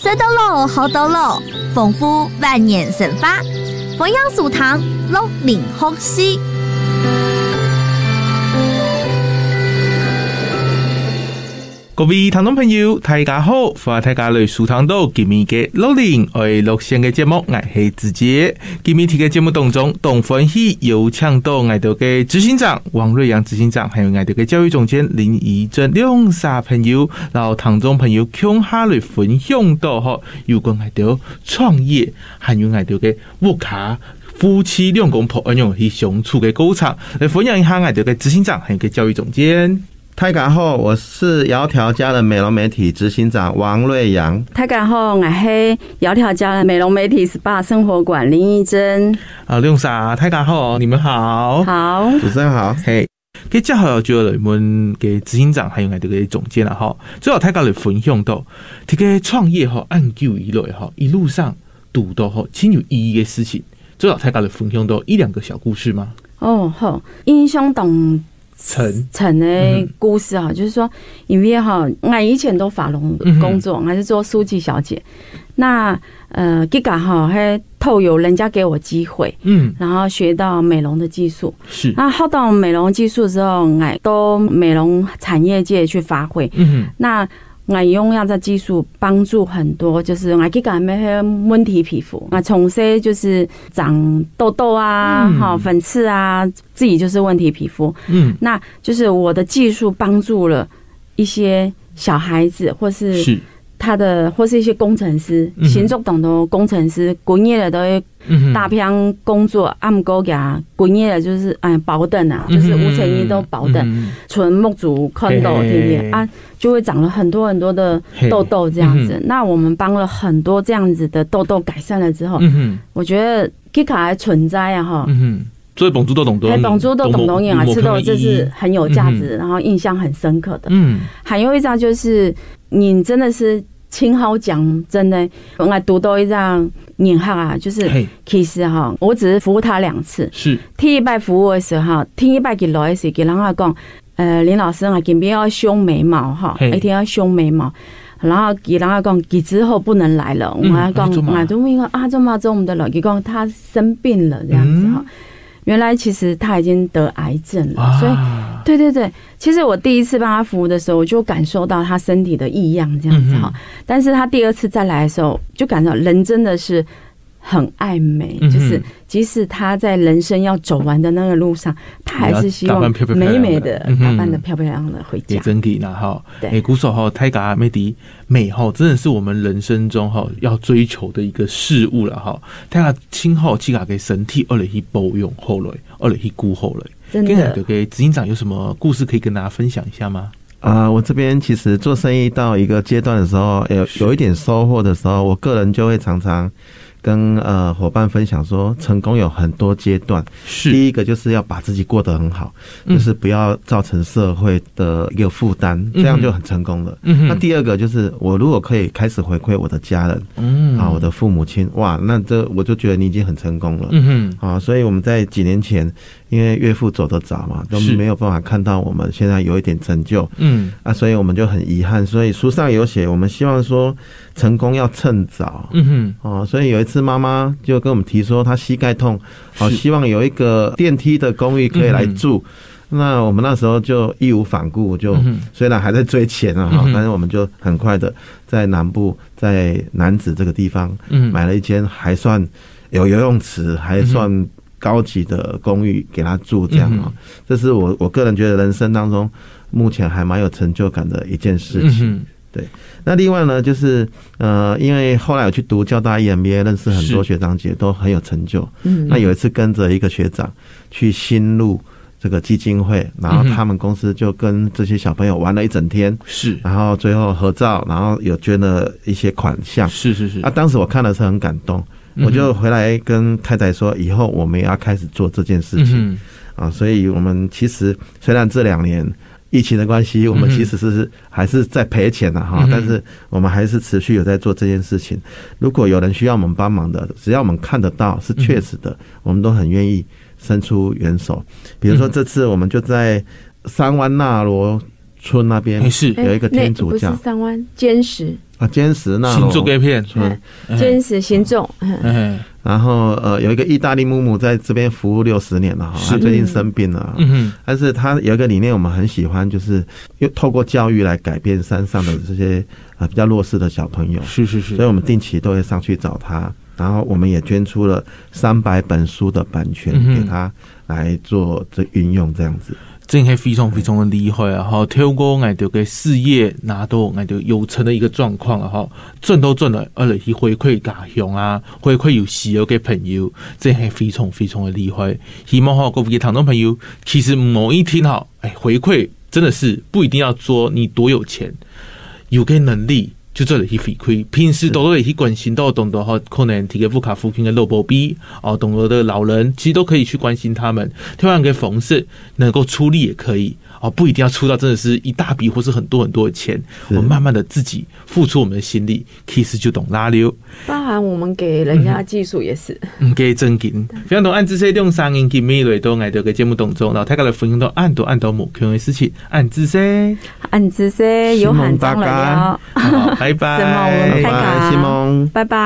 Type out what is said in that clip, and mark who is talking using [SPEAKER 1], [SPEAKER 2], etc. [SPEAKER 1] 吹得喽，好得喽，丰富万年生发，弘扬素堂，六零呼吸。
[SPEAKER 2] 各位听众朋友，大家好，欢迎大家来苏糖道今日嘅六零我係六线嘅节目，我系子杰。今日嘅节目当中，董欢喜有请到我哋嘅执行长王瑞阳执行长，还有我哋嘅教育总监林怡珍两三朋友，然后听众朋友向下来分享到嗬，有关我哋创业，还有我哋嘅屋卡。夫妻两公婆咁样去相处嘅过程，嚟分享一下我哋嘅执行长，还有嘅教育总监。
[SPEAKER 3] 大家好，我是窈窕家的美容媒体执行长王瑞阳。
[SPEAKER 4] 大家好，我是窈窕家的美容媒体 SPA 生活馆林依珍。
[SPEAKER 2] 啊，利用啥？大家好，你们好。
[SPEAKER 4] 好，哦
[SPEAKER 3] 主持人好，
[SPEAKER 2] 嘿，佮接下来就来问嘅执行长，还有我哋嘅总监啦，吼，最后大家来分享到，这个创业吼，按久以来吼，一路上读到吼，很有意义嘅事情，最后大家来分享到一两个小故事吗？
[SPEAKER 4] 哦好，英雄董
[SPEAKER 2] 陈，
[SPEAKER 4] 陈的故事哈，啊就是说，因为哈，我以前都法龙
[SPEAKER 2] 嗯哼
[SPEAKER 4] 工作，我是做书记小姐。那呃，这个哈，还透有人家给我机会，
[SPEAKER 2] 嗯，
[SPEAKER 4] 然后学到美容的技术。
[SPEAKER 2] 是，
[SPEAKER 4] 那后到美容技术之后，我都美容产业界去发挥。
[SPEAKER 2] 嗯
[SPEAKER 4] 那我用样这技术帮助很多，就是哎我去改那些问题皮肤，我从小就是长痘痘啊
[SPEAKER 2] 嗯，
[SPEAKER 4] 哈、粉刺啊，自己就是问题皮肤。
[SPEAKER 2] 嗯，
[SPEAKER 4] 那就是我的技术帮助了一些小孩子，或是
[SPEAKER 2] 是，
[SPEAKER 4] 他的，或是一些工程师，
[SPEAKER 2] 嗯
[SPEAKER 4] 行走懂的工程师，滚业的都会
[SPEAKER 2] 嗯
[SPEAKER 4] 大片工作，按勾给他滚业的就是哎保等啊，就是五成一都保等。
[SPEAKER 2] 嗯
[SPEAKER 4] 纯木竹看豆
[SPEAKER 2] 嘿
[SPEAKER 4] 对不对啊？就会长了很多很多的痘痘这样
[SPEAKER 2] 嘿嗯
[SPEAKER 4] 子。那我们帮了很多这样子的痘痘改善了之后，
[SPEAKER 2] 嗯哼，
[SPEAKER 4] 我觉得 Kika 还存在啊哈，
[SPEAKER 2] 嗯哼，所以绑住都懂得，
[SPEAKER 4] 还绑住豆懂懂眼啊，吃豆这是，很有价值，然后印象很深刻的。
[SPEAKER 2] 嗯，
[SPEAKER 4] 还有一张就是你真的是亲好讲真的，我来读到一张年号啊，就是
[SPEAKER 2] 嘿，
[SPEAKER 4] 其实哈，我只是服务他两次，
[SPEAKER 2] 是，
[SPEAKER 4] 第一摆服务的时候，第一摆给来的时候，给人家讲，呃，林老师啊，今天要修眉毛哈，
[SPEAKER 2] 嘿
[SPEAKER 4] 一定要修眉毛。然后给人家讲，给之后不能来了。我
[SPEAKER 2] 嗯
[SPEAKER 4] 们讲
[SPEAKER 2] 啊，做嘛
[SPEAKER 4] 我就问他啊，怎么怎么的了？给讲他生病了这样子
[SPEAKER 2] 嗯
[SPEAKER 4] 哈。原来其实他已经得癌症
[SPEAKER 2] 啊
[SPEAKER 4] 了，所以
[SPEAKER 2] 哇，
[SPEAKER 4] 对对对，其实我第一次帮他服务的时候，我就感受到他身体的异样这样子
[SPEAKER 2] 嗯
[SPEAKER 4] 哈。但是他第二次再来的时候，就感到人真的是很爱美，
[SPEAKER 2] 嗯哼
[SPEAKER 4] 就是即使他在人生要走完的那个路上，他还是希
[SPEAKER 2] 打扮
[SPEAKER 4] 望
[SPEAKER 2] 漂漂亮
[SPEAKER 4] 美
[SPEAKER 2] 亮
[SPEAKER 4] 美
[SPEAKER 2] 的
[SPEAKER 4] 的
[SPEAKER 2] 嗯哼
[SPEAKER 4] 打扮的漂漂亮亮的回
[SPEAKER 2] 也
[SPEAKER 4] 家。
[SPEAKER 2] 真给啦哈，
[SPEAKER 4] 对
[SPEAKER 2] 诶，古手哈，泰嘎美迪美哈，真的是我们人生中哈要追求的一个事物了哈。泰嘎亲后，气嘎给身体，二来去保养后来，二来去顾后来。
[SPEAKER 4] 真
[SPEAKER 2] 跟
[SPEAKER 4] 的
[SPEAKER 2] 就，给执行长有什么故事可以跟大家分享一下吗？
[SPEAKER 3] 啊、我这边其实做生意到一个阶段的时候，有有一点收获的时候，我个人就会常常跟呃伙伴分享说，成功有很多阶段，
[SPEAKER 2] 是，
[SPEAKER 3] 第一个就是要把自己过得很好，
[SPEAKER 2] 嗯
[SPEAKER 3] 就是不要造成社会的一个负担，这样就很成功了。
[SPEAKER 2] 嗯哼
[SPEAKER 3] 那第二个就是，我如果可以开始回馈我的家人，
[SPEAKER 2] 嗯
[SPEAKER 3] 啊，我，的父母亲，哇，那这我就觉得你已经很成功了。
[SPEAKER 2] 嗯哼，
[SPEAKER 3] 啊，所以我们在几年前，因为岳父走得早嘛，都
[SPEAKER 2] 是
[SPEAKER 3] 没有办法看到我们现在有一点成就
[SPEAKER 2] 嗯
[SPEAKER 3] 啊，所以我们就很遗憾。所以书上有写，我们希望说成功要趁早。
[SPEAKER 2] 嗯哼，
[SPEAKER 3] 哦，所以有一次妈妈就跟我们提说，她膝盖痛，好、
[SPEAKER 2] 是
[SPEAKER 3] 希望有一个电梯的公寓可以来
[SPEAKER 2] 嗯哼
[SPEAKER 3] 住。那我们那时候就义无反顾，就、
[SPEAKER 2] 嗯哼
[SPEAKER 3] 虽然还在追钱啊，
[SPEAKER 2] 嗯
[SPEAKER 3] 哈、
[SPEAKER 2] 哼
[SPEAKER 3] 但是我们就很快的在南部，在南子这个地方
[SPEAKER 2] 嗯，
[SPEAKER 3] 买了一间还算有游泳池、还算高级的公寓给他住，这样啊、
[SPEAKER 2] 嗯
[SPEAKER 3] 这是我我个人觉得人生当中目前还蛮有成就感的一件事
[SPEAKER 2] 嗯
[SPEAKER 3] 情。
[SPEAKER 2] 哼，
[SPEAKER 3] 那另外呢，就是呃，因为后来我去读交大 E EMBA，认识很多
[SPEAKER 2] 是
[SPEAKER 3] 学长姐，都很有成就。
[SPEAKER 4] 嗯
[SPEAKER 3] 那有一次跟着一个学长去新路这个基金会，然后
[SPEAKER 2] 嗯哼
[SPEAKER 3] 他们公司就跟这些小朋友玩了一整天，
[SPEAKER 2] 是，
[SPEAKER 3] 然后最后合照，然后有捐了一些款项。
[SPEAKER 2] 是嗯是是
[SPEAKER 3] 啊，，当时我看了是很感动，我就回来跟太太说，以后我们也要开始做这件事
[SPEAKER 2] 嗯
[SPEAKER 3] 情
[SPEAKER 2] 哼，
[SPEAKER 3] 啊。所以我们其实虽然这两年疫情的关系，我们
[SPEAKER 2] 嗯哼
[SPEAKER 3] 其实是还是在赔钱的哈
[SPEAKER 2] 嗯哼，
[SPEAKER 3] 但是我们还是持续有在做这件事情。如果有人需要我们帮忙的，只要我们看得到是确实
[SPEAKER 2] 嗯
[SPEAKER 3] 的，我们都很愿意伸出援手。比如说
[SPEAKER 2] 嗯
[SPEAKER 3] 这次我们就在三湾纳罗村那边
[SPEAKER 2] 哎诶是，
[SPEAKER 3] 有一个天主
[SPEAKER 4] 哎不是
[SPEAKER 3] 教
[SPEAKER 4] 三湾坚石，
[SPEAKER 3] 啊，坚持那
[SPEAKER 2] 新竹 A 片，
[SPEAKER 3] 嗯，
[SPEAKER 4] 坚持行动，嗯
[SPEAKER 2] 嗯
[SPEAKER 3] 然后呃，有一个意大利木木在这边服务六十年了哈，
[SPEAKER 2] 是
[SPEAKER 3] 他最近生病了，
[SPEAKER 2] 嗯哼，
[SPEAKER 3] 但是他有一个理念我们很喜欢，就是又透过教育来改变山上的这些啊比较弱势的小朋友，
[SPEAKER 2] 是是
[SPEAKER 3] 所以
[SPEAKER 2] 是，
[SPEAKER 3] 我们定期都会上去找他，然后我们也捐出了三百本书的版权
[SPEAKER 2] 嗯哼
[SPEAKER 3] 给他来做这运用这样子。
[SPEAKER 2] 真系非常非常的厉害啊！哈，透过我哋嘅事业拿到我哋有成的一个状况啊！哈，赚都赚了，而嚟去回馈家乡啊，回馈有需要嘅朋友，真系非常非常的厉害。希望哈各位听众朋友，其实某一天哈，哎，回馈真的是不一定要说你多有钱，有个能力就做了去回馈，平时多多的去关心到懂得哈，可能提个不卡附近的老伯比哦，懂得的老人，其实都可以去关心他们。另外一个方式能够出力也可以哦，不一定要出到真的是一大笔或是很多很多的钱，哦我
[SPEAKER 3] 是
[SPEAKER 2] 们慢慢的自己付出我们的心力，其实就懂拉溜。
[SPEAKER 4] 包含我们给人家技术也是。
[SPEAKER 2] 唔计正嗯经，非常多按这些用声音见面来到我哋嘅节目当中，然后大家来分享到按到按到某样嘅事情，按这些，
[SPEAKER 4] 俺只是有喊张了哟，
[SPEAKER 2] 好，拜拜，
[SPEAKER 4] 怎么我
[SPEAKER 3] 拜
[SPEAKER 4] 们太
[SPEAKER 3] 拜，
[SPEAKER 4] 感
[SPEAKER 3] 西蒙。
[SPEAKER 4] 拜拜。